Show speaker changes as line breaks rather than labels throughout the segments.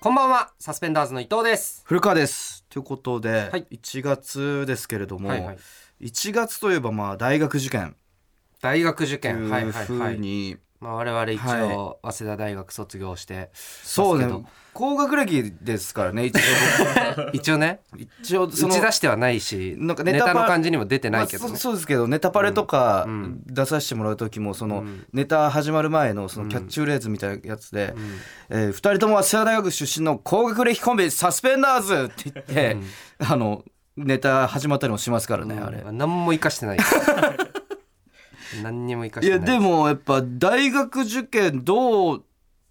こんばんは、サスペンダーズの伊藤です。
古川ですということで、
はい
1月ですけれども、
はいはい
1月といえばまあ大学受験
大学受
とい
験、はいうはい
ふ
は
う
い。
に
まあ我々一応、早稲田大学卒業して、
そう
ですけ
ね高学歴ですからね一応
一応ね、
一応
打ち出してはないし、ネ
なん
タ
かネタパ
の感じにも出てないけ
ま
ど
あそ
ね。
そうですけどネタパレとか
うんう
出させてもらう時もそ
う
の、
ん
ネタ始まる前のそのキャッチフレーズみたいなやつで、え2人とも早稲田大学出身の高学歴コンビサスペンダーズって言って、あのネタ始まったりもしますからね、あれ。
うん何も生かしてない。 何にも生かし
い
て
や
ない。
でもやっぱ大学受験どう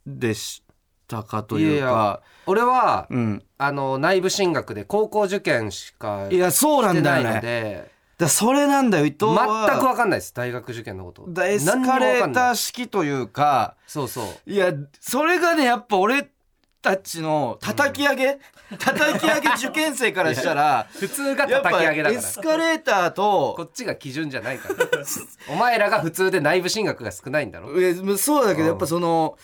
でしたかというか
俺は、
うん
あの、内部進学で高校受験しか
い
し
やそうな
て
んだ
ない
よ
の
ね
で、
だそれなんだよ伊藤
全く
は
分かんないです、大学受験のこと。
だエスカレータ
ー
ー式というか
そうそう。
いやそれがねやっぱ俺たちの叩き上げ、叩き上げ受験生からしたら
普通が
やっ
叩
ぱ
き上げだか
エ
ら。
スカレーター
こっ
と
ちが基準じゃないから お前らが普通で内部進学が少ないんだろ
いやそうだけ
うん
どやっぱその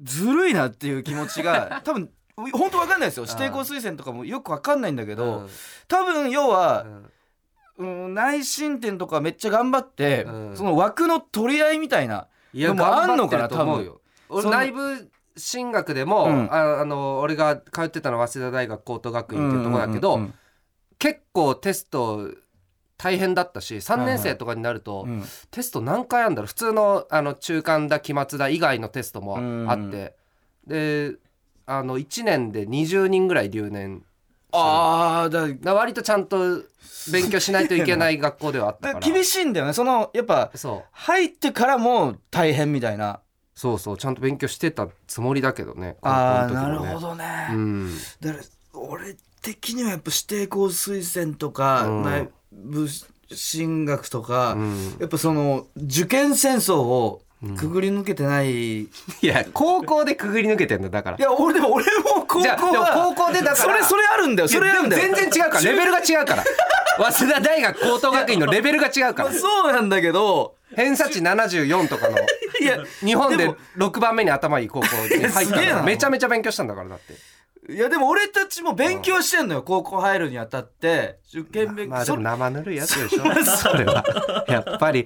ずるいなっていう気持ち が多分本当わかんないですよ指定校推薦とかもよくわかんないんだけど、多分要
う
は、
ん
うん、内申点とかめっちゃ頑張って、
うん
その枠の取り合いみたいない
や
でもあんのか
頑張っ
な
てると思うよ俺
その
内部進学でも、
うん
ああの俺が通ってたのは早稲田大学高等学院っていうとこだけど、
うんうん
結構テスト大変だったし3年
はいは
生
い
とかになると、
うんうん
テスト何回あんだろう普通のあの中間だ期末だ以外のテストもあって、であの1年で20人ぐらい留年
ああだ
だから割とちゃんと勉強しないといけない学校ではあった か
だ
ら
厳しいんだよねそのやっぱ
そう
入ってからも大変みたいな、
そうそうちゃんと勉強してたつもりだけどね
あ
高
あ
校
な
の時
る
もね
ほどね、
うん
だから俺的にはやっぱ指定校推薦とか、
うん
内部進学とか、
うん
やっぱその受験戦争をくぐり抜けてない、い
いや高校でくぐり抜けてんだだから
や俺でも俺も高校
じゃあでも
は
高校でだから
それそれあるんだよ
いや
それあるんだよ
でも全然違うからレベルが違うから 早稲田大学高等学院のレベルが違うか
ま
ら
あそうなんだけど
偏差値74とかの
いや
日本
で
で
も
6番目に頭いい高校に入っ
すげえ
たの
な
めちゃめちゃ勉強したんだからだって
いやでも俺たちも勉強し てんのよ高校入るにあたって受験勉強、
まあで
そ
も
れ
生ぬるいやつでしょそれはやっぱり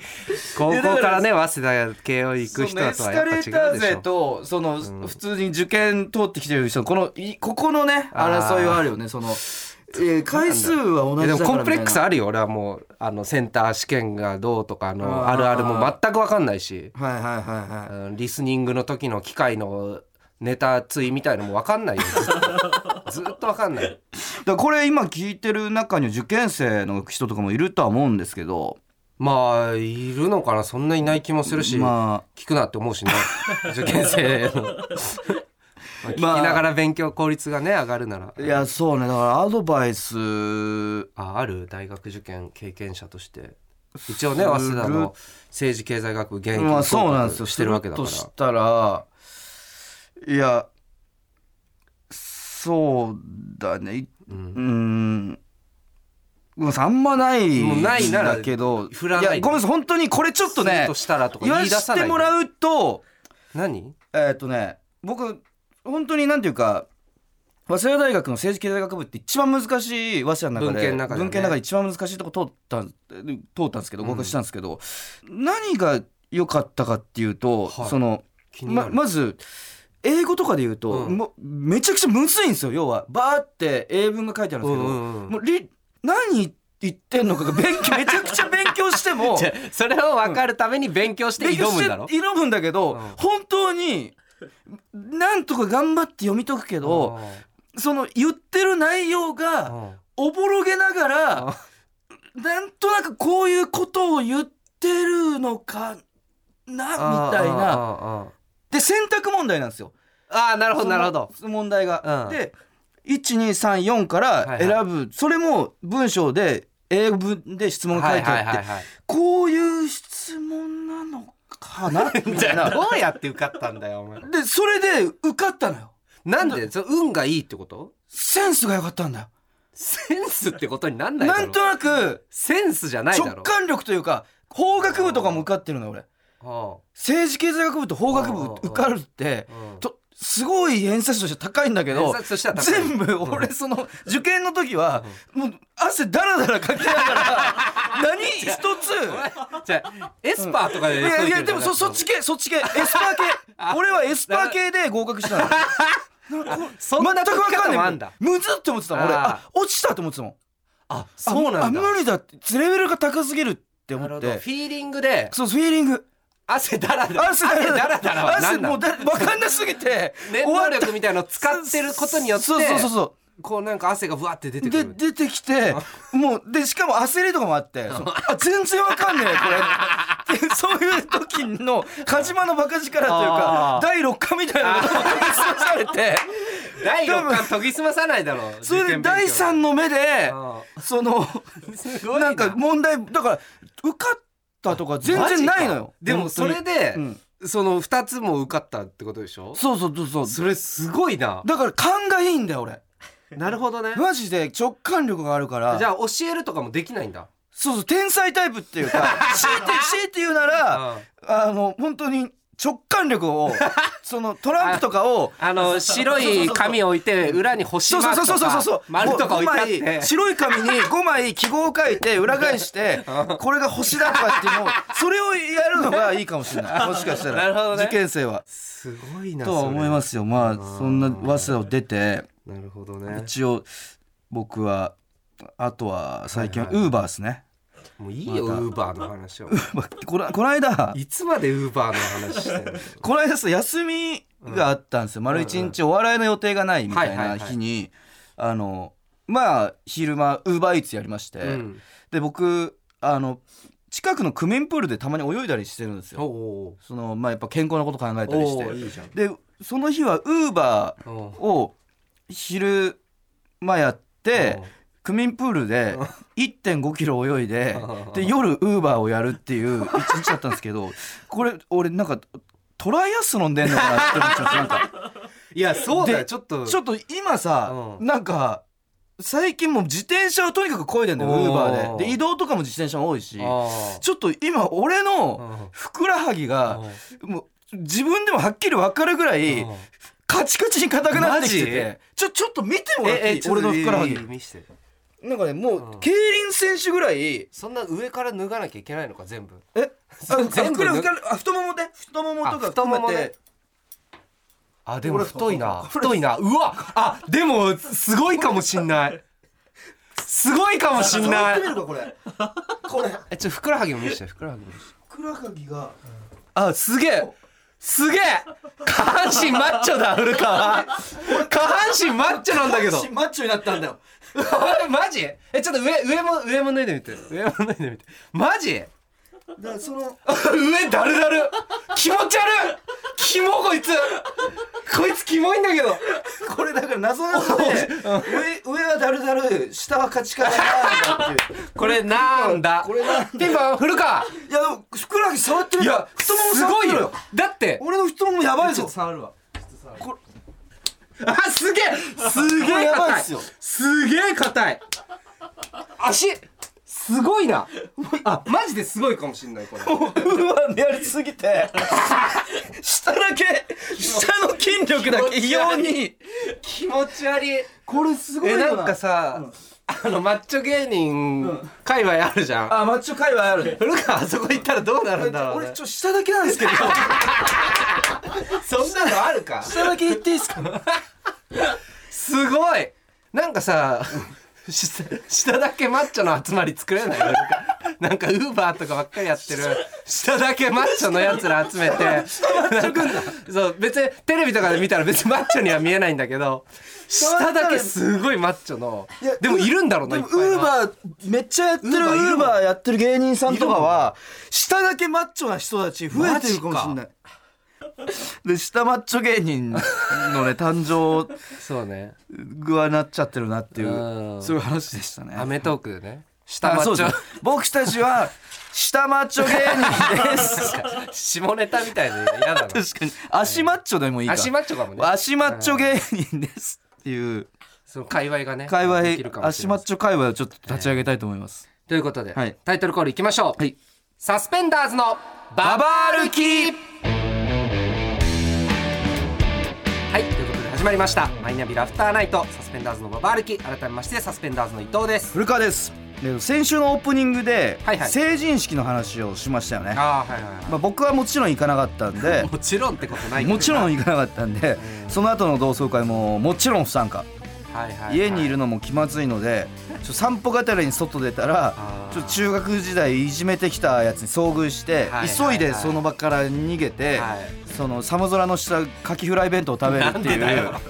高校からね早稲田系を行く人
その
だ
エ
と
ス
はやっぱ違う
カレ
で
ー
し
タ
ょ
ー勢とその、普通に受験通ってきてる人このいここのね
あー
争いはあるよねその、えー回数は同
い
じ
やで
だか
も
ら
コンプレックス
み
あるよ俺はもうあのセンター試験がどうとかあの
あ
あ
ー
るあるも全く分かんないした
いなはいはいはいはい
うんリスニングの時の機械のネタついみたいのも分かん ないよずっとずっと分かんない
だからこれ今聞いてる中には受験生の人とかもいるとは思うんですけど
まあいるのかなそんないない気もするし、
ま
聞くなって思うしね受験生の聞き
まあ
ながら勉強効率がね上がるなら
あいやそうねだからアドバイス
あある大学受験経験者として一応ね早稲田の政治経済学部現役
ま
の
あそうなんですよ
してるわけだから
するとしたらいやそうだねいうんまああんまない
もうないなら
んだけど
振らない
やごめんなさい本当にこれちょっと
する
ね
としたらとか
言
言
わ
い出
せ
さない
て
で
もらうと
何
えーっとね僕本当になんていうか早稲田大学の政治経済学部って一番難しい早稲田の中で
文系の中でね
文系の中で一番難しいとこ通ったん通ったんですけど合格したんですけど、何が良かったかっていうと、
はい
その
気にな
ま
る、
まず英語とかで言うと、
うん
もうめちゃくちゃむずいんですよ要はバーって英文が書いてあるんですけど、
うんうんうん
もうり何言ってんのかが勉強め ちゃくちゃ勉強しても
じゃあそれを分かるために勉強して
勉強
挑む
し
ん
て
だろ
挑むんだけど、
うん
本当になんとか頑張って読み解くけど、その言ってる内容
う
が
ん
おぼろげながら、なんとなくこういうことを言ってるのかなみたいな。
あ
で選択問題なんですよ。
あああなるほどなるほど
その問題が。
うん
で1234か
は
ら
い
選ぶ、
は
それも文章で英文で質問が書いてあって、
はい
こういう質問なのかなみ
じ
たい
ゃあ
な。
どうやって受かったんだよお前
でそれで受かったのよ
なんでその運がいいってこと
センスが良かったんだよ
センスってことになんないだろ
なんとなく
センスじゃないだろ
直感力というか法学部とかも受かってるのよ俺
あ
政治経済学部と法学部受かるって
あうん
とすごい偏差値として高いんだけど
偏差値としては高い
全部俺その受験の時はもう汗だらだらかきな がら何一つ
じゃあエスパーとかで
い
や
や
る
いやでもそそっち系そっち系エスパ ー系俺はエスパー系で合格したの
そんな
全く分かん
解き方も
な
あ
い
んだ
むずって思ってたもん俺
あー
あ落ちたと思ってたもん
あ
あ
そうなんだ
あ無理だってレベルが高すぎるって
な
思
るほ
っ
どフ
て
ィーリングで
そうフィーリング
汗だらだら
汗だらだら
だらは
汗
何な
も
の
うだ分かんなすぎ て
念能力みたいのを使ってることによって
そうそうそうそう
こうなんか汗がぶわって出てく
で
る
出てきてもうでしかも焦りとかもあってそのあ全然わかんねえこれ ってそういう時のカジマのバカ力という
あ
か
ー
第6課みたいなことを過ごさ れて
第6巻研ぎ澄まさないだろう
それで第3の目で
あ
その
すごい
なんか問題だから受かったとか全然ないのよ
でもそれ
で、
で、
うん
その2つも受かったってことでしょ
そうそうそうそう
それすごいな
だから勘がいいんだよ俺
なるほどね
マジで直感力があるから
じゃあ教えるとかもできないんだ
そうそう天才タイプっていう か強いて強いて言うな
あ
らあの本当に直感力をそのトランプとかを
の白い紙置いて裏に星
そう
マ
そ
ー
うそ
ク
うそう
と
そう
か
そう
丸とか置いてあっ
もう五枚
て
白い紙に5枚記号を書いて裏返してこれが星だとかっていうのをそれをやるのがいいかもし れないもしかしたら
なるほどね
受験生は。
すごいな
とは思いますすよまあそんな早稲田を出て
なるほどね
一応僕はあとは最近ウ
はいはい
ーバーですね。
もういいよウ
また
ーバーの話を
まあこのこの間
いつまでウーバーの話してんの
この間さ休みがあったんですよ、丸一日お笑いの予定がないみたいな日に、あのまあ昼間ウーバーイーツやりまして、
うん
で僕あの近くの区民プールでたまに泳いだりしてるんですよ
おう
そのまあやっぱ健康なこと考え
お
たりし
うおう
て
いいじゃん
でその日はウーバ
おう
ーを昼間やって
おう
区民プールで1 5キロ泳いで
おう
で夜ウーバーをやるっていう一日だったんですけどこれ俺なんかトライアスロン出んのかなって思っちゃってなんか
いやそうだよ
で
ちょっと
ちょっと今さ
うん
なんか最近もう自転車をとにかく漕いでんだよウ
おー
ーバーでで移動とかも自転車も多いし
あー
ちょっと今俺の
うん
ふくらはぎがもう自分でもはっきり分かるぐらい
うん
カチカチに硬くなってきて
マ
てちょちょっと見てもらってい
ええ
い俺のふくらはぎ
見して
なんかねもう
うん
競輪選手ぐらい
そんな上から脱がなきゃいけないのか全部
えあ
全部
ふくらふくらあ太ももで太ももとか
あ太も
含め
もね
て
あでも太いな太いなうわあでもすごいかもしんないすごいかもしん
触
な
って
い
みるかこれこれふ
えちょふくらはぎも見してふくらはぎも見して
くらはぎが
あすげえすげえ下半身マッチョだ古川下半身マッチョなんだけど
マッチマッチョになったんだよ
おいマジえちょっと上上も上も脱いでみて上も脱いでみてマジ
だからその
上だるだる気持ち悪いキモこいつこいつキモいんだけど
これだから謎なので上上はだるだる下はカチカチなんだっていう
これなんだ
これなん
ピンポン振るか
いやでもふくらはぎ触ってみ
い
る
や
太もも
す
触っ
ご
て
い
みろ
よだって
俺の太ももやばいぞ
触るわ
こ
あすげえすげえ
やばい
硬
っ
い
すよ
すげえ硬い足すごいなあマジですごいかもしんないこれ
れうわやりすぎて下だけ下の筋力だけ異様に
気持ち悪い
これすごい
え
よ
なんかさあのマッチョ芸人界隈あるじゃん
あマッチョ界隈ある
古川あそこ行ったらどうなるんだろう
俺
ね
ちょっと下だけなんですけど
そんなのあるか
下だけ言っていいです か
すごいなんかさ下下だけマッチョの集まり作れないなんかなんかウーバーとかばっかりやってる下だけマッチョのやつら集めてなんかそう別にテレビとかで見たら別にマッチョには見えないんだけど下だけすごいマッチョの
いや
でもいるんだろうな
で
いっ
も
ぱい
ウー
な
バーめっちゃやってるウ
Uber いる
ー
もん
バーやってる芸人さんとかは下だけマッチョな人たち増えてるかもしれないで下マッチョ芸人のね誕生
そうね
具合になっちゃってるなっていう
うん
そういう話でしたね
アメトークでね下
あ
マッ
そう
チ
で
ョ
す僕たちは下マッチョ芸人です
下ネタみたいで嫌だな
確かに足マッチョでもいいか
足マッチョかもね
足マッチョ芸人ですっていう
その界隈がね
界
できるか
隈
もし
足
れ
マ
ま
ッ
せん
チョ界隈をちょっと立ち上げたいと思います
ということで、
はい
タイトルコールいきましょう、
はい
サスペンダーズのババ歩きはいということで始まりました「マイナビラフターナイト」サスペンダーズの馬場歩き改めましてサスペンダーズの伊藤です
古川ですえー先週のオープニングで
はいはい
成人式の話をしましたよね、ま
ああはいはいは
あ、僕はもちろん行かなかったん で
いもちろんってことないけど
もちろん行かなかったんでその後の同窓会ももちろん不参加
はいはいはい
家にいるのも気まずいのでちょ散歩がてらに外出たら
あー
ちょっと中学時代いじめてきたやつに遭遇して
はいはいはい
急いでその場から逃げて
はい
その寒空の下カキフライ弁当を食べるって
なんでだ
いう
よ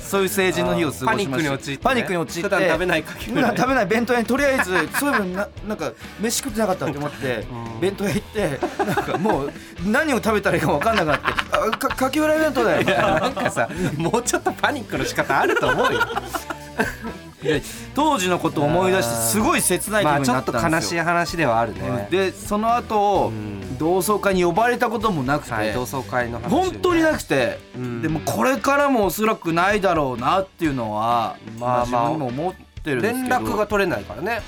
そういう成人の日を過ごしまし
パニ
た
ックに陥ってね
パニックに陥っ
普
て
段食べないかき
普段食べない弁当屋にとりあえずそういえばななんか飯食ってなかったって思って
うん
弁当屋行ってなんかもう何を食べたらいいか分かんなくなってあかかきフライ弁当だよみたいな
なんかさもうちょっとパニックの仕方あると思うよ
で当時のことを思い出してすごい切ない気
ま
分
あ
に
ちょ
なっ
った
ん
と
ですよ、
悲しい話ではあるね
でその後、
ん
同窓会に呼ばれたこともなくて、
はい同窓会の話
本当になくて、
ん
でもこれからもおそらくないだろうなっていうのは、
ま
ま
あ
あ、
まあ
自分も思ってるんですけ
連
ど
絡が取れないからね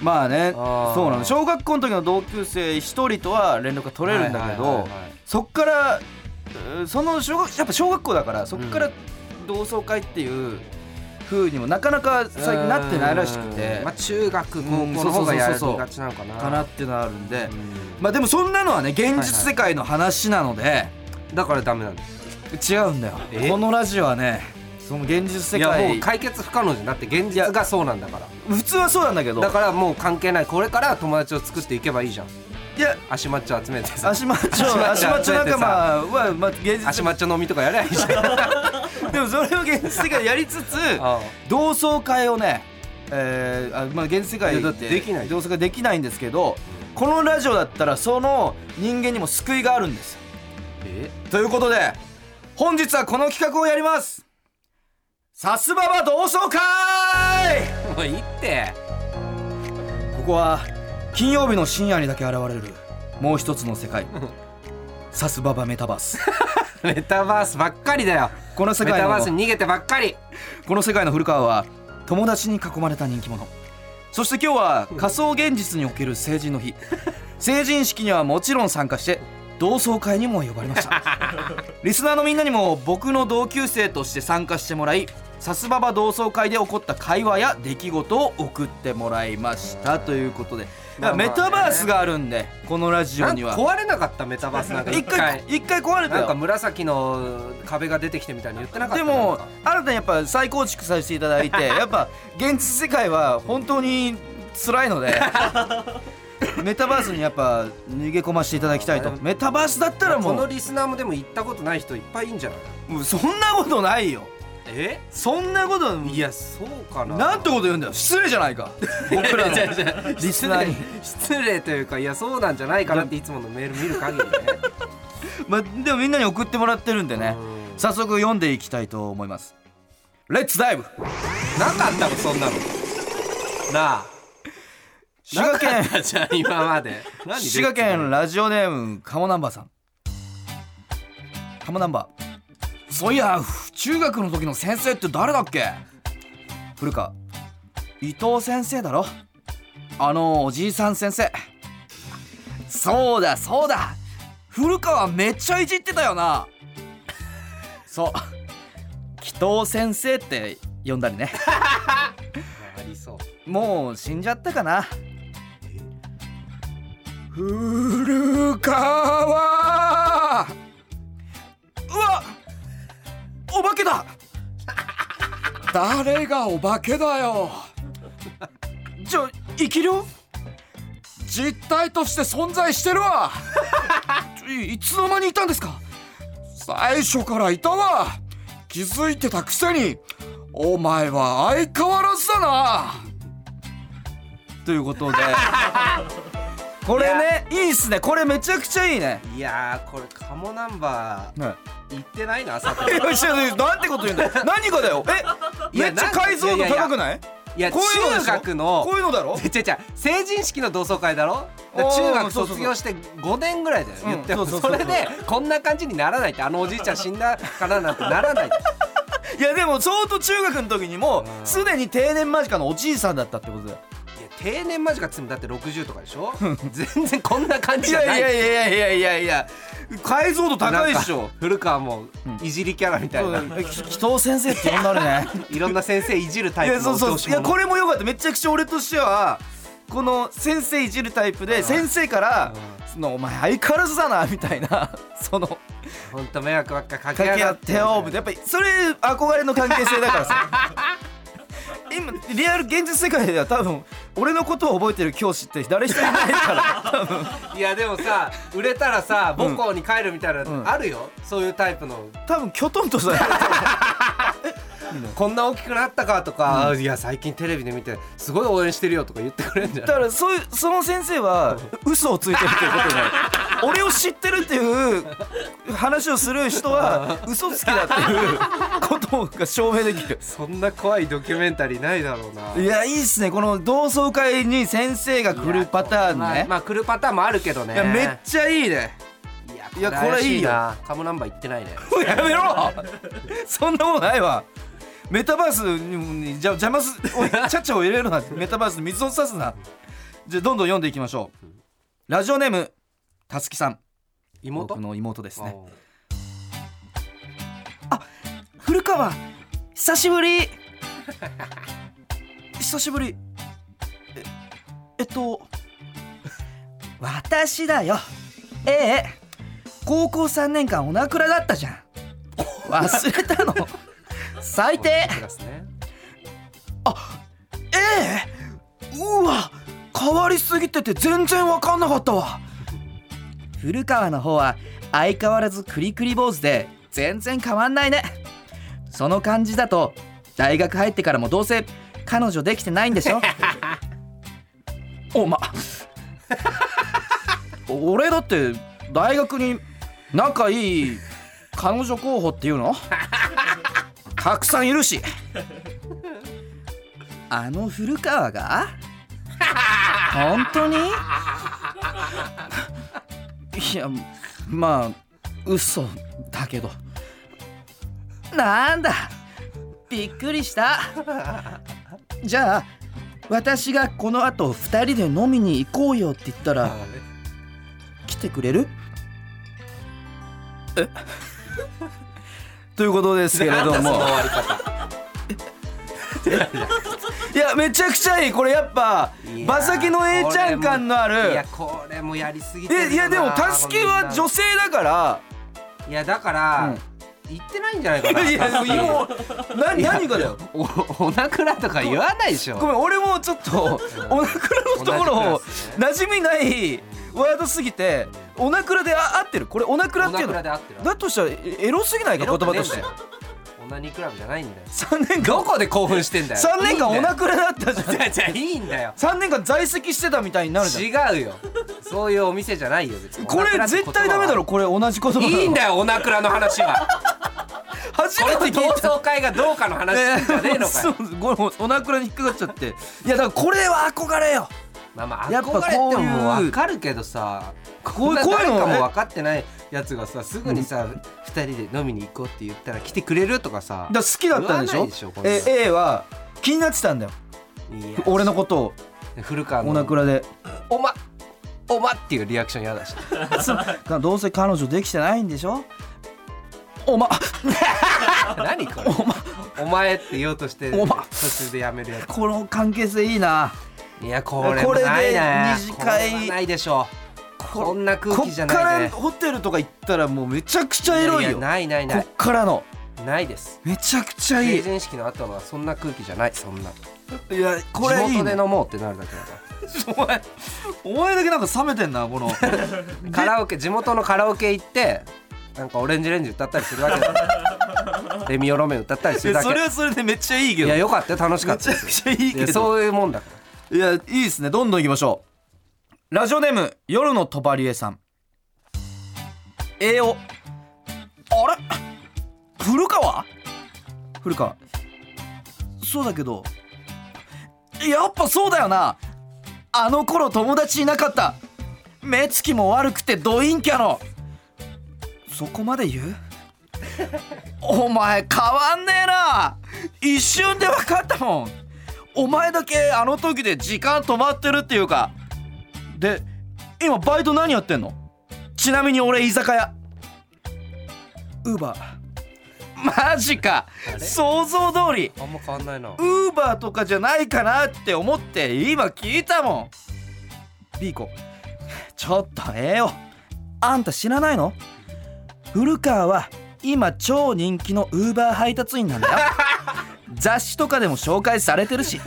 まあね
あー
そうなの小学校の時の同級生一人とは連絡が取れるんだけど、
はいはいはいはい
そっからうーその小学やっぱ小学校だからそっか
う
ら同窓会っていう風にもなかなか最近なってないらしくて
うんまあ、中学高校の方がやりがちなのかな
かなっていうのはあるんで、
うん
まあでもそんなのはね現実世界の話なので、
だからダメなんです
違うんだよ
え
このラジオはねその現実世
いやもう
界
解決不可能じゃんだって現実がそうなんだから
普通はそうなんだけど
だからもう関係ないこれから友達を作っていけばいいじゃん
いや
足マッチョ集めてさ
足マッチョ
足
足
マ
マ
ッ
ッ
チ
チ
ョ集
ョ
めてさ
仲間は、まあ、現
足
実
マッチョ飲みとかやりゃいいじ ゃん
でもそれを現実世界でやりつつ
あ
同窓会をねえーあまあ、現実世界
いやだってできない
同窓会できないんですけどこのラジオだったらその人間にも救いがあるんですよ
え
ということで本日はこの企画をやりますさすばば同窓会
もういいって
ここは金曜日の深夜にだけ現れるもう一つの世界サスババメタバ ース
メタバースばっかりだよ
この世
メ
界
タバース
の
に逃げてばっかり
この世界の古川は友達に囲まれた人気者そして今日は仮想現実における成人 の日成人式にはもちろん参加して同窓会にも呼ばれました リスナーのみんなにも僕の同級生として参加してもらいサスババ同窓会で起こった会話や出来事を送ってもらいましたということで、
まあまあね
メタバースがあるんでこのラジオ
なん
には
か壊れなかったメタバースなんか
一
一
回
回
一回壊れた
なんか
よ
紫の壁が出てきてみたいに言ってなかった
で
なん
も
か
新たにやっぱ再構築させていただい てやっぱ現実世界は本当に辛いの でメタバースにやっぱ逃げ込ませていただきたいとメタバースだったら
こ
も
の
う
リスナーもでも行ったことない人いっぱいいんじゃない
もうそんなことないよ
え
そんなこと
いやそうかな
なんてこと言うんだよ失礼じゃない か僕らの
いやいやいや
リスナーに
失礼というかいやそうなんじゃないかなっていつものメール見る限りね
まあでもみんなに送ってもらってるんでね
うん
早速読んでいきたいと思いますレッツダイブ
なかったのそんなの なあ
滋賀県
なかったじゃん今まで何
滋賀県ラジオネームカモナンバーさんカモナンバーそういや中学の時の先生って誰だっけ古川伊藤先生だろあのおじいさん先生そうだそうだ古川めっちゃいじってたよなそう紀藤先生って呼んだりね
ありそう
もう死んじゃったかな古川うわお化けだ誰がお化けだよじゃ生き量実体として存在してる わいいつの間にいたんですか最初からいたわ気づいてたくせにお前は相変わらずだなということで これねいいっすねこれめちゃくちゃいいね
いやーこれカモナンバ
ね
ー行って ないな朝か
い
ら
や知らないなんてこと言うん だよ何がだよえ
いや
めっちゃ解像度高くない
いや
こういうので
中
しょ
学の
こういうのだろ
違う違う成人式の同窓会だろだから
おー
中学
そうそうそう
卒業して5年ぐらいだよ言っても
そうそう
そ
そう
れでこんな感じにならないってあのおじいちゃん死んだからなんてならない
いやでも相当中学の時にもうすでに定年間近のおじいさんだったってことだよ
いや定年間近っつってもだって60とかでしょ 全然こんな感じ
い
じゃな
や
い
いやいやいやいやいや解像度高いでし
なん
ょ
か古川もいじりキャラみたいな、
紀藤先生って呼んだるね
いろんな先生いじるタ
い
イ
や
プ
そ
の
う
お
そう
調子
いや
者
これも良かっためちゃくちゃ俺としてはこの先生いじるタイプで先生から「そのお前相変わらずだな」みたいな その
ほんと迷惑ばっかかけ
掛
や
け合
がっ
っててよみたいなやっぱりそれ憧れの関係性だからさ今リアル現実世界では多分俺のことを覚えてる教師って誰一人いないから多分
いやでもさ売れたらさ母校に帰るみたいなのあるよ、そういうタイプの
多分きょとんとされてる
こんな大きくなったかとか、いや最近テレビで見てすごい応援してるよとか言ってくれるんじゃ
だ
な い
からそういうその先生は嘘をついてるっていうことになる 俺を知ってるっていう話をする人は嘘つきだっていうことが証明でき る
そんな怖いドキュメンタリーないだろうない
やいいっすねこの同窓会に先生が来るパターン
まあ、
ね
まあ来るパターンもあるけどね
いやめっちゃいいね
いや
いやこれい
怪
いよ
しなカムナンバー行ってないね
やめろそんなもんないわメタバースにじゃ邪魔すおいちゃっちゃを入れるなメタバースに水を差すなじゃあどんどん読んでいきましょうラジオネームたつきさん
妹
僕の妹ですね
あ
古川久しぶり久しぶりええっと私だよええ高校3年間おなくらだったじゃん忘れたの最低
クラスね
ええうわ変わりすぎてて全然わかんなかったわ古川の方は相変わらずクリクリ坊主で全然変わんないねその感じだと大学入ってからもどうせ彼女できてないんでし ょおま俺だって大学に仲いい彼女候補っていう のたくさんいるしあの古川が 本当にいやまあ嘘だけどなんだびっくりしたじゃあ私がこのあと2人で飲みに行こうよって言ったら来てくれるえ ということですけれ
なん
ど
だそ
も
の終わり方
いやめちゃくちゃいいこれやっぱ
いや
馬先の A ちゃん感のあ
い
る
やこれもやりすぎてるよ
で
ない
やでもたすきは女性だから
いやだから、行ってないんじゃないかな。
いやいやもうな何がだよ
おおなくらとか言わないでし
ご
ょ。
めん俺もちょっとおなくらのところを
同じクラス
馴染みないワードすぎておなくらであ合ってるこれおなくらっていう
おなくら
の
で合ってる
だとしたらえエロすぎないか言葉として
オナニークラブじゃないんだよ。
3年間
どこで興奮してんだよ。
三年間おな
く
くらだったじゃん
じゃじゃいいんだよ。
3年間在籍してたみたいになるじ
違うよ。そういうお店じゃないよ別
ゃん
に。
これ絶対ダメだろ。これ同じ言葉
いいん
よ
だよおなくらの話 は。
初
こ
め
れ
て聞
と
い
同
た
窓会がどうかの話じゃねえのか
そう
よ。
ごめんおなくらに引っかかっちゃっていやだからこれは憧れよ
まあまあ
やっぱこ
憧
ういう
れてももうわかるけどさ。
こういう
な
こうい
誰
う
か
の
も
ね
分かってないやつがさすぐにさ二人で飲みに行こうって言ったら来てくれるとかさ
だから好きだったんでし
言わな
ょ
いでしょこんな
え A は気になってたんだよ
いや
俺のことを
古川の
おなく らで
おまおまっていうリアクション嫌だし
そうどうせ彼女できてないんでしょおま
何これ
おま
お前って言おうとして
おま
途中でやめるや
この関係性いいな
ついやこれも
これで
ないな
二次会
これはないでしょ
こ
こんな空
こ
気じゃ
っ
な
か
いね
らホテルとか行ったらもうめちゃくちゃエロい
や
よ
やないないな
こっ
い
からの
ないです
めちゃくちゃいい
成人式の後はそんな空気じゃないそんない
やこれい
地
い
元で
ね
飲もうってなるだけだから
お前お前だけなんか冷めてんなこの
カラオケ地元のカラオケ行ってなんかオレンジレンジ歌ったりするわけだ よレミオロメン歌ったりす
い
る
や
だけ
それはそれでめっちゃいいけ
い
ど
やよかったよ楽しか
め
っ
ち
た
ゃ
です
くちゃいい
いや
けど
そういうもんだか
いやいいですねどんどん行きましょうラジオネーム夜のトバリエさんえをあれ古川古川そうだけどやっぱそうだよなあの頃友達いなかった目つきも悪くてドインキャのそこまで言うお前変わんねえな一瞬で分かったもんお前だけあの時で時間止まってるっていうかで今バイト何やってんのちなみに俺居酒屋ウーバーマジか
あれ
想像通り
あんま変わんないな
ウーバーとかじゃないかなって思って今聞いたもんビーコちょっとええよあんた知らないの古川は今超人気のウーバー配達員なん だよ雑誌とかでも紹介されてるし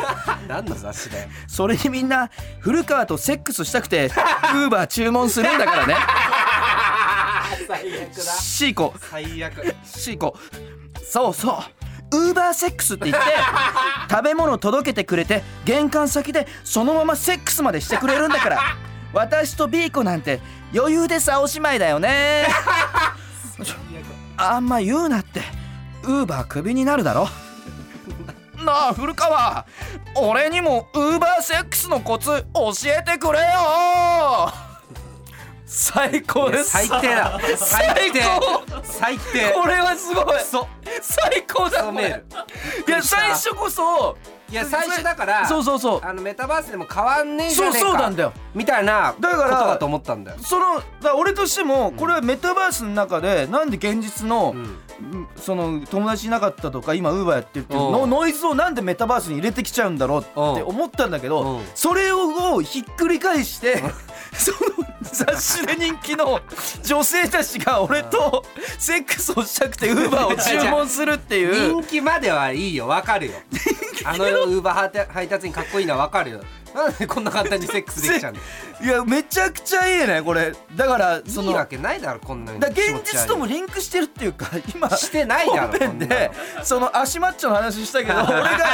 何の雑誌だよ
それにみんな古川とセックスしたくてウーバー注文するんだからね
最悪だ
シーコ
最悪
シーコそうそうウーバーセックスって言 って食べ物届けてくれて玄関先でそのままセックスまでしてくれるん だから私とビーコなんて余裕でさおしまいだよねあんま言うなってウーバークビになるだろなあ古川俺にもウーバーセックスのコツ教えてくれよ 最高
い
で
や
す
最低だ最低
最高
最低
これはすごい
そ
最高だ
そう
こ
メー
れ
ル
いや最初こそ
いや最初だから
そうそうそう
あのメタバースでも変わんねえじゃ
そ
ねえ
う
か
そうなんだよ
みたいなこと
だから
だと思ったんだよ
そのだから俺としてもこれはメタバースの中でなんで現実の、
ん
うんその友達いなかったとか今ウーバーやってるっていう
うん
のノイズをなんでメタバースに入れてきちゃうんだろうって思ったんだけ
う
ど
ん
それをひっくり返して その雑誌で人気の女性たちが俺とセックスをしたくてウーバーを注文するっていう
人気まではいいよわかるよあのウーバー配達員かっこいいのはわかるよなんでこんな簡単にセックスできちゃうの
いやめちゃくちゃいいねこれだから そ
いい
の
わけないだろこんなに
だから現実ともリンクしてるっていうか今
してないだろ
本編
こんな
でその足マッチョの話した けど俺が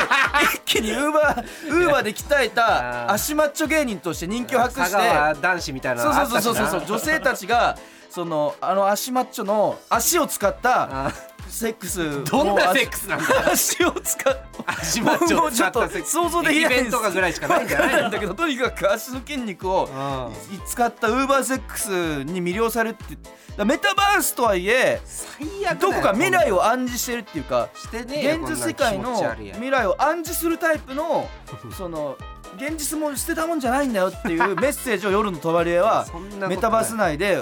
一気にウーバーウーバーで鍛えた
あー
足マッチョ芸人として人気を博して
佐川男子みたいな
そう
のあったし
そう
な
そうそうそう女性たちがそのあの足マッチョの足を使った
あ
セックス
どんなセッ
ス
クスなんだよ
足を使っ
足マッチョを使ったセックス
もうちょっと想像できない
イベントかぐらいしかないんじゃ
わか
ない
ら
の
んだけどとにかく足の筋肉を
うん
使ったウーバーセックスに魅了されるってだからメタバースとはいえ
最悪だよ
どこか未来を暗示してるっていうか
してねえよ
現実世界
こん
の
な気持ち悪いや
未来を暗示するタイプのその現実も捨てたもんじゃないんだよっ ていうメッセージを夜のとばりえは
そんなことない
メタバース内で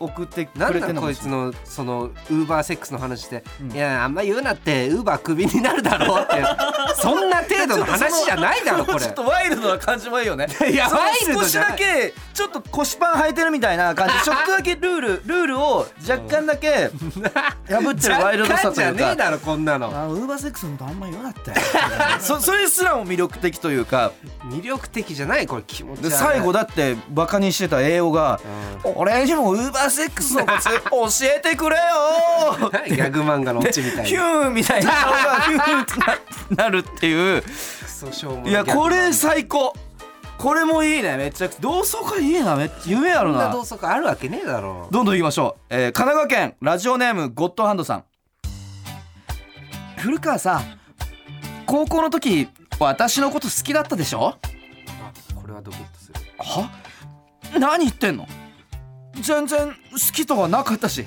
送ってく
なん
れて
だ
るの
こ
も
い
し
つ
れない
のそのウーバーセックスの話で、
うん
いやあんま言うなってウーバークビになるだろうって そんな程度の話じゃないだろこ
ちょ
れ
っとワイルドな感じもいいよね
いや
その
ワイルド
少し
じゃない
だけちょっと腰パン履いてるみたいな感じ ちょっとだけルールルールを若干だけ破ってるワイルドさと
じゃ
いう
ねえ
か
だろこんなの
あウーバーセックスのことあんま言わな かったよそそれすらも魅力的というか
魅力的じゃないこれ気持ち悪
で
い
最後だってバカにしてた英語が
う
「俺にもウーバーセックスのコツ教えてくれよー!」
んギャグ漫画のオチみたい
ヒ
な
ューみたいな顔がヒューってななるっていう
クソしょうもない
いや
ギャグ漫画
これ最高これもいいねめっちゃくちゃ同窓会いいなめっちゃ夢ある
こんな
な
同窓会あるわけねえだろ
どんどん行きましょう、えー神奈川県ラジオネームゴッドハンドさん古川さん高校の時私のこと好きだったでしょ
あこれはドキッとする
は何言ってんの全然好きとはなかったし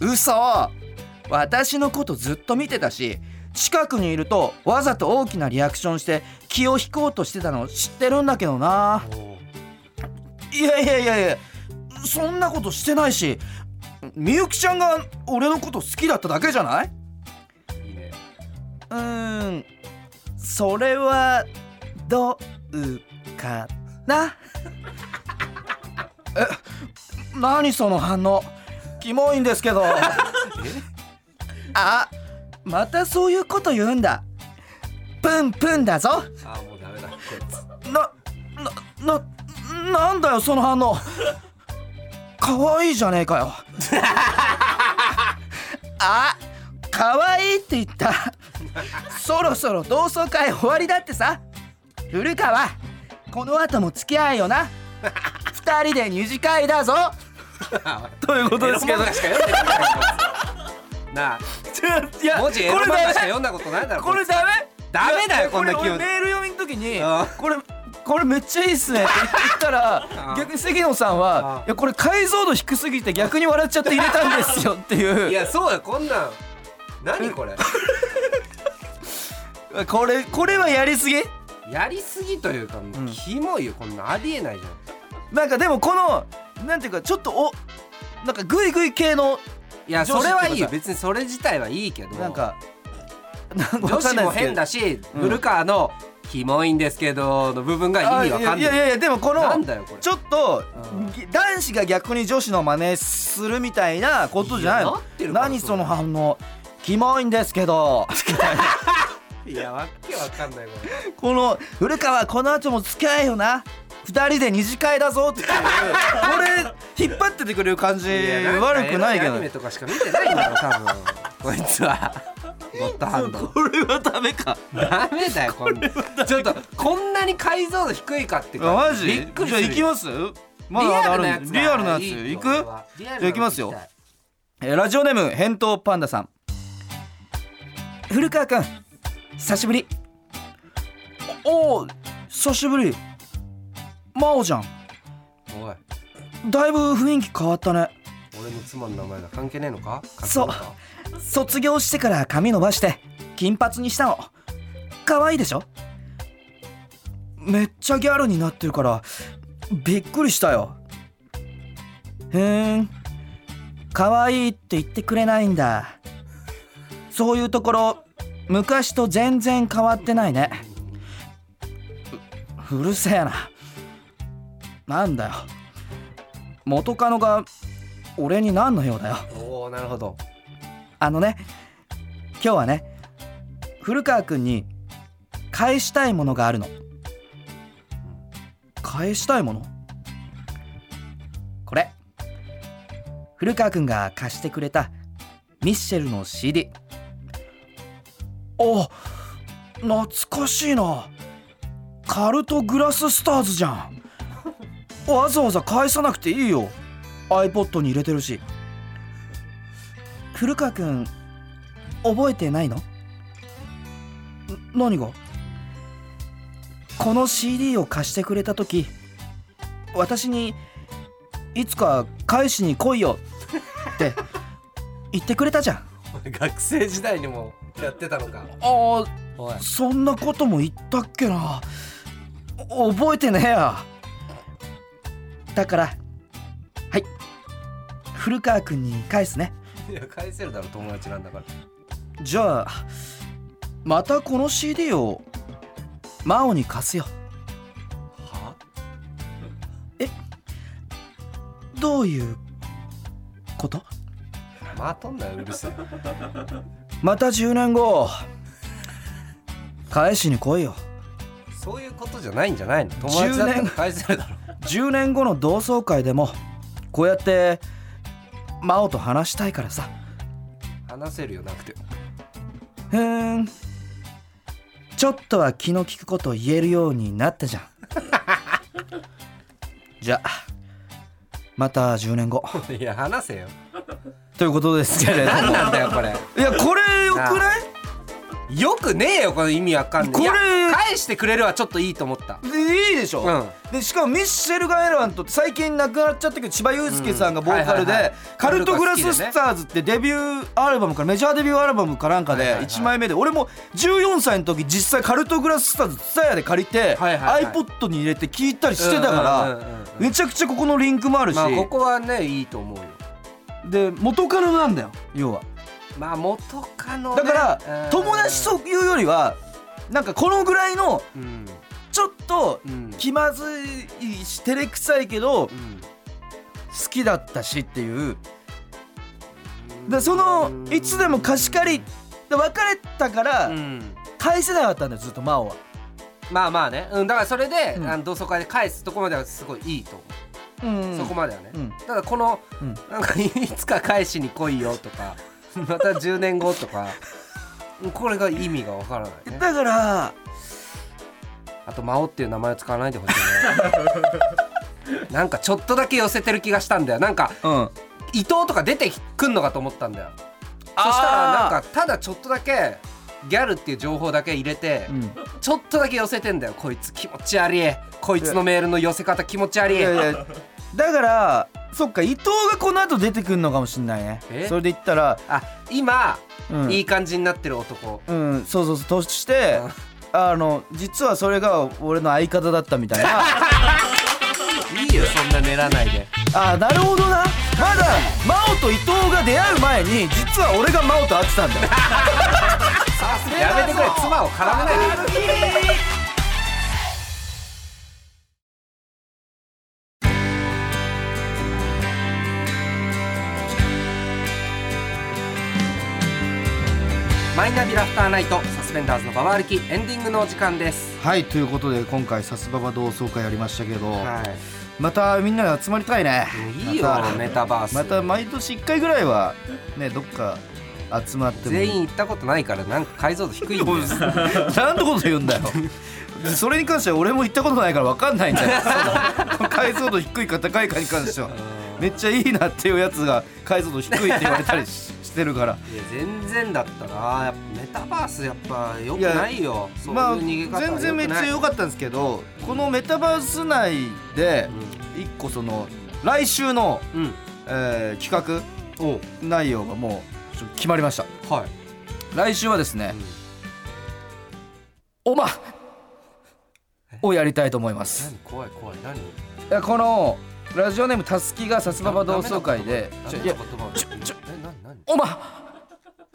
嘘私のことずっと見てたし近くにいるとわざと大きなリアクションして気を引こうとしてたの知ってるんだけどなーいやいやいやいやそんなことしてないしみゆきちゃんが俺のこと好きだっただけじゃない
いいね
うーんそれはどうか なえ何その反応キモいんですけ どあまたそういうこと言うんだプンプンだぞ
あもうダメだこいつ
ななななんだよその反応 可愛いじゃねえかよ あ可愛いって言ったそろそろ同窓会終わりだってさ古川この後も付き合えよな二人で二次会だぞということですけど
エロ漫画しか読んでないからなあ
いや
文字エロ
これ
漫画しか
ダメ
読んだことないだろ
これダメ
ダメだよ
いや
こんな気
れ
温
俺メール読みの時に
あ
「これこれめっちゃいいっすね」って言ったら
あ
逆に関野さん
あ
は「いやこれ解像度低すぎて逆に笑っちゃって入れたんで すよ」っていう
いやそうだよこんなん何これ
これこれはやりすぎ
やりすぎというかもううんキモいよこんなありえないじゃん
なんかでもこのなんていうかちょっとおなんかグイグイ系の
いや
女
そ
子って
れ
こと
はいいよ別にそれ自体はいいけど
なんかなんか
女
わか
子
んない
も
ですけど
変だし、
うん
ブルカーの「キモいんですけど」の部分が
あ
意味
い
わか
や
ん
い
ない
やいやでもこの
なんだよこれ
ちょっと、
うん
ぎ男子が逆に女子の真似するみたいなことじゃない
いや
の
なってるから
何
それ
その反応キモいんですけど
いやわけわかんないこれ
この古川この後も付き合えよな二人で二次会だぞっていうこれ引っ張っててくれる感じ
いやんか
悪くないけ
エロア
ど
ニメとかしか見てないんだろ多 分こいつはゴッドハンド
これはダメか
ダメだよこんなちょっとこんなに解像度低いかって感
マジ
びっくりする
じゃあ行き
よ
ますまだまだあ
リアル
る
なやつ
リアルなやつ行く
じゃあ
じゃあ行きますよえーラジオネーム返答パンダさん古川君久しぶりおおう久しぶり真央ちゃん
おい
だいぶ雰囲気変わったね
俺の妻の名前が関係ねえのか
そう
かっこ
卒業してから髪伸ばして金髪にしたの可愛いでしょめっちゃギャルになってるからびっくりしたよへえ可愛いって言ってくれないんだそういうところ昔と全然変わってないねううるせえななんだよ元カノが俺に何の用だよ
いいなおおなるほど
あのね今日はね古川君に返したいものがあるの返したいものこれ古川君が貸してくれたミッシェルの CD あ懐かしいなカルトグラススターズじゃんわざわざ返さなくていいよ iPod に入れてるし古川君覚えてないのん何がこの CD を貸してくれた時私に「いつか返しに来いよ」って言ってくれたじゃん
お前学生時代にもやってたのか
あー
おい
そんなことも言ったっけなお覚えてねえやだからはい古川君に返すね
いや返せるだろ友達なんだから
じゃあまたこの CD を真央に貸すよ
は
どういうこと
まとんなようるせえ
また10年後返しに来いよ
そういうことじゃないんじゃないの友達だったら返せるだろ
10年後の同窓会でもこうやって真央と話したいからさ
話せるよなくて
ふーんちょっとは気の利くことを言えるようになったじ ゃんじゃあまた10年後
いや話せよ
ということですけれど
何
も
なんだよこれ
いやこれよくない
よくねえよこの意味わかんない
これ
いや返してくれるはちょっといいと思った
でいいでしょ、
うん
でしかもミッシェル・ガエラントって最近亡くなっちゃったけど千葉雄介さんがボーカルで、
うんはいはいはい
カルトグラススターズってデビューアルバムからメジャーデビューアルバムかなんか
はい
で
はいはい
1枚目で俺も14歳の時実際カルトグラススターズ TSUTAYA で借りて、
はいはいはい
iPod に入れて聴いたりしてたから、
うんうんうんうん
めちゃくちゃここのリンクもあるし、
まあここはねいいと思うよ
で元カノなんだよ要は。
まあ元カノね
だから、
うん
友達というよりはなんかこのぐらいの
うん
ちょっと
うん
気まずいし照れくさいけ
う
ど、
ん
好きだったしっていうでそのいつでも貸し借りで別れたか
う
ら
ん
返せなかったんだよずっと真央は
まあまあね、うん、だからそれで、
うん
あの同窓会で返すとこまではすごいいいと思
うん
う、そこまではね、
うん
ただこの、
うん
なんかいつか返しに来いよとか また10年後とかこれが意味がわからないね
だから
あと「魔王」っていう名前を使わないでほしい ねなんかちょっとだけ寄せてる気がしたんだよなんか
うん
伊藤とか出てくんのかと思ったんだよそ
あー
したらなんかただちょっとだけギャルっていう情報だけ入れて、ちょっとだけ寄せてんだよこいつ気持ち悪いこいつのメールの寄せ方気持ち悪い
いやいやだからそっか伊藤がこの後出てくるのかもしんないね
え
それで言ったら、
あ今、
うん、
いい感じになってる男
うんそうそうそうとしてあの実はそれが俺の相方だったみたいな
いいよそんな練らないで
あなるほどなまだ真央と伊藤が出会う前に実は俺が真央と会ってたんだよ
やめてくれ妻を絡めないでマイナビラフターナイトサスペンダーズのババ歩きエンディングのお時間です
はいということで今回さすばば同窓会やりましたけど、
はい
またみんなで集まりたいね
いいよ
また
メタバース
また毎年1回ぐらいはねどっか集まっても
全 員行ったことないからなんか解像度低いんだよ
何のこと言うんだよそれに関しては俺も行ったことないから分かんないん だよその解像度低いか高いかに関してはめっちゃいいなっていうやつが解像度低いって言われたりししてるから
いや全然だったなやっぱメタバースやっぱよくないよそういう
まあ
逃げ方は良くな
全
い
然めっちゃ良かったんですけどこのメタバース内で一個その来週の、
うん、うん
えー企
おう
画内容がもうちょっと決まりました
はい
来週はですね、おまをやりたいと思います
何怖い怖い何
いやこのラジオネームたすきがさすばば同窓会で
ダ
ちょ
メ
い
な
や
言葉
ちょちょ
え何何
おま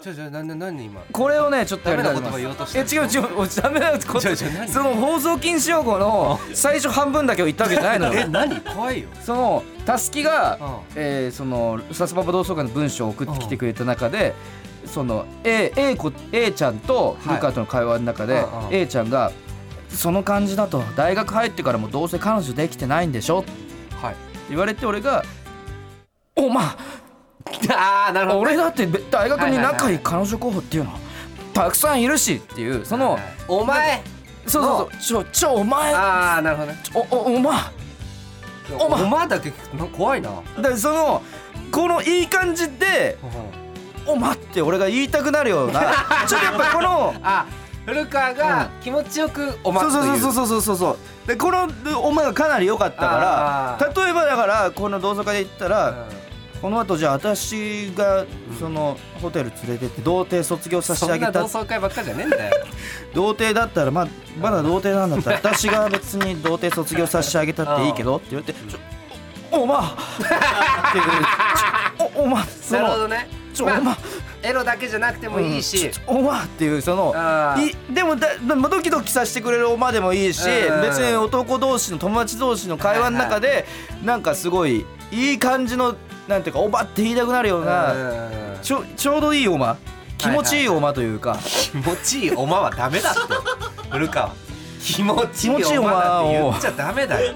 ちょちょ何何今
これをね ちょっとやりたいと思い
ダメな言葉言おう
ま
と
す
し
い
て
や
る
違う違う違うダメなこ
違う違
と
う何
その放送禁止用語の最初半分だけを言ったわけじゃないの
え
よ
何怖いよ
そのたすき
う
が
ん
えーそのさすばば同窓会の文章を送ってきてくれた中でその A, A, 子 A ちゃんとルカとの会話の中で、
はいうんうん
A ちゃんが「その感じだと大学入ってからもどうせ彼女できてないんでしょ」って
はい
言われて俺が「おま
ああなるほど
俺だってべ大学に仲いい
はいはいはい
彼女候補っていうのはたくさんいるしっていうその、
はいお前
そうそうそうちょちょお前
ああなるほどね
おおお前お前
お前だけ聞くなんか怖いなう
でそのこのいい感じで
ん
「おま」って俺が言いたくなるような ちょっとやっぱこの
あ古川が気持ちよくお前
そ
と
う
い
そうそう
う
そうそうそうそうでこの「お前」がかなり良かったか
あ
ら
ー
例えばだからこの同窓会で言ったら、この後じゃあ私がそのホテル連れてって童貞卒業
うん
させて
そ
あ
ん
げ
な同
た
窓会ばっかじゃねえんだよ
童貞だったらまあまだ童貞なんだったら私が別に童貞卒業させてあげたっていいけどって言って「ちょおおま」って言うちょおおま」そ
なるほど
の
ね
「ちょお
まあ
ま」
エロだけじゃなくてもいいし、
うんちょちょおま」っていうその
あー
いでもだでもドキドキさせてくれる「おま」でもいいし
うん
別に男同士の友達同士の会話の中でなんかすごいいい感じのなんていうか「おば」って言いたくなるような
うん
ちょちょうどいい「おま」気持ちいい「おま」というか。
気持ちいいおまはダメだって古川気持ちい
気持ちい
い
い
お
おま
ま
を
って言っちゃダメだよ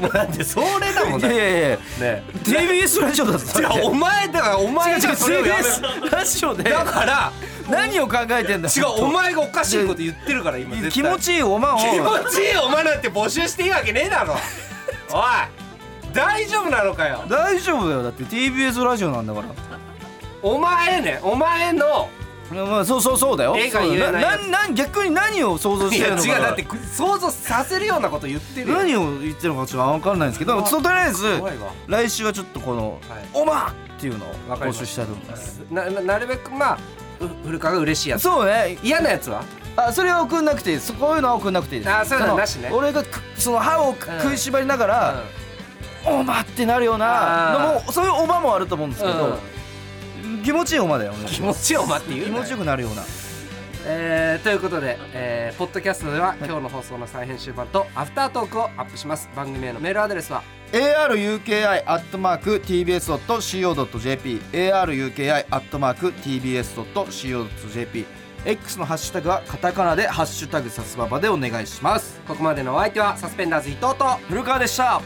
もうだってそれだもん
い
だ
やい
ね
やいや
ね
TBS ラジオだ
い
ぞ
やお前だからお
違う違う
前がそれをやめ
TBS ラジオで
だから
何を考えてんだ
違うお前がおかしいこと言ってるから今絶対
気持ちいいおまんを
気持ちいいお前なんて募集していいわけねえ だろおい大丈夫なのかよ
大丈夫だよだって TBS ラジオなんだから
お前ねお前の
いやまあそうそうそうだよ
絵が言えないやつ
そうだなな逆に何を想像し
い
てる
や
のか
違うだ
な
って想像させるようなこと言ってるよ
何を言ってるのかちょっと分かんないんですけどそうとりあえず
怖いわ
来週はちょっとこの
はい
「おま!」っていうのを
わかりま
募
した
集したいと思います
なななるべくまあう古川が嬉しいやつ
そうね
嫌なやつは
あそれは送んなくていいですこういうのは送んなくていいです
あそういうの
の
なしね
俺がくその歯をく
うん
食いしばりながら「おま!」ってなるようなの
あ
もそういうおまもあると思うんですけ
う
ど
ん
気持ちいいおまだよね
気持ちよまって言う
気
な
持ちよくなるような
えーということで、えーポッドキャストでは今日の放送の再編集版とアフタートークをアップします番組へのメールアドレスは
aruki.tbs.co.jp aruki.tbs.co.jp X のハッシュタグはカタカナで「ハッシュタグさすばば」でお願いします
ここまでのお相手はサスペンダーズ伊藤と
古川でした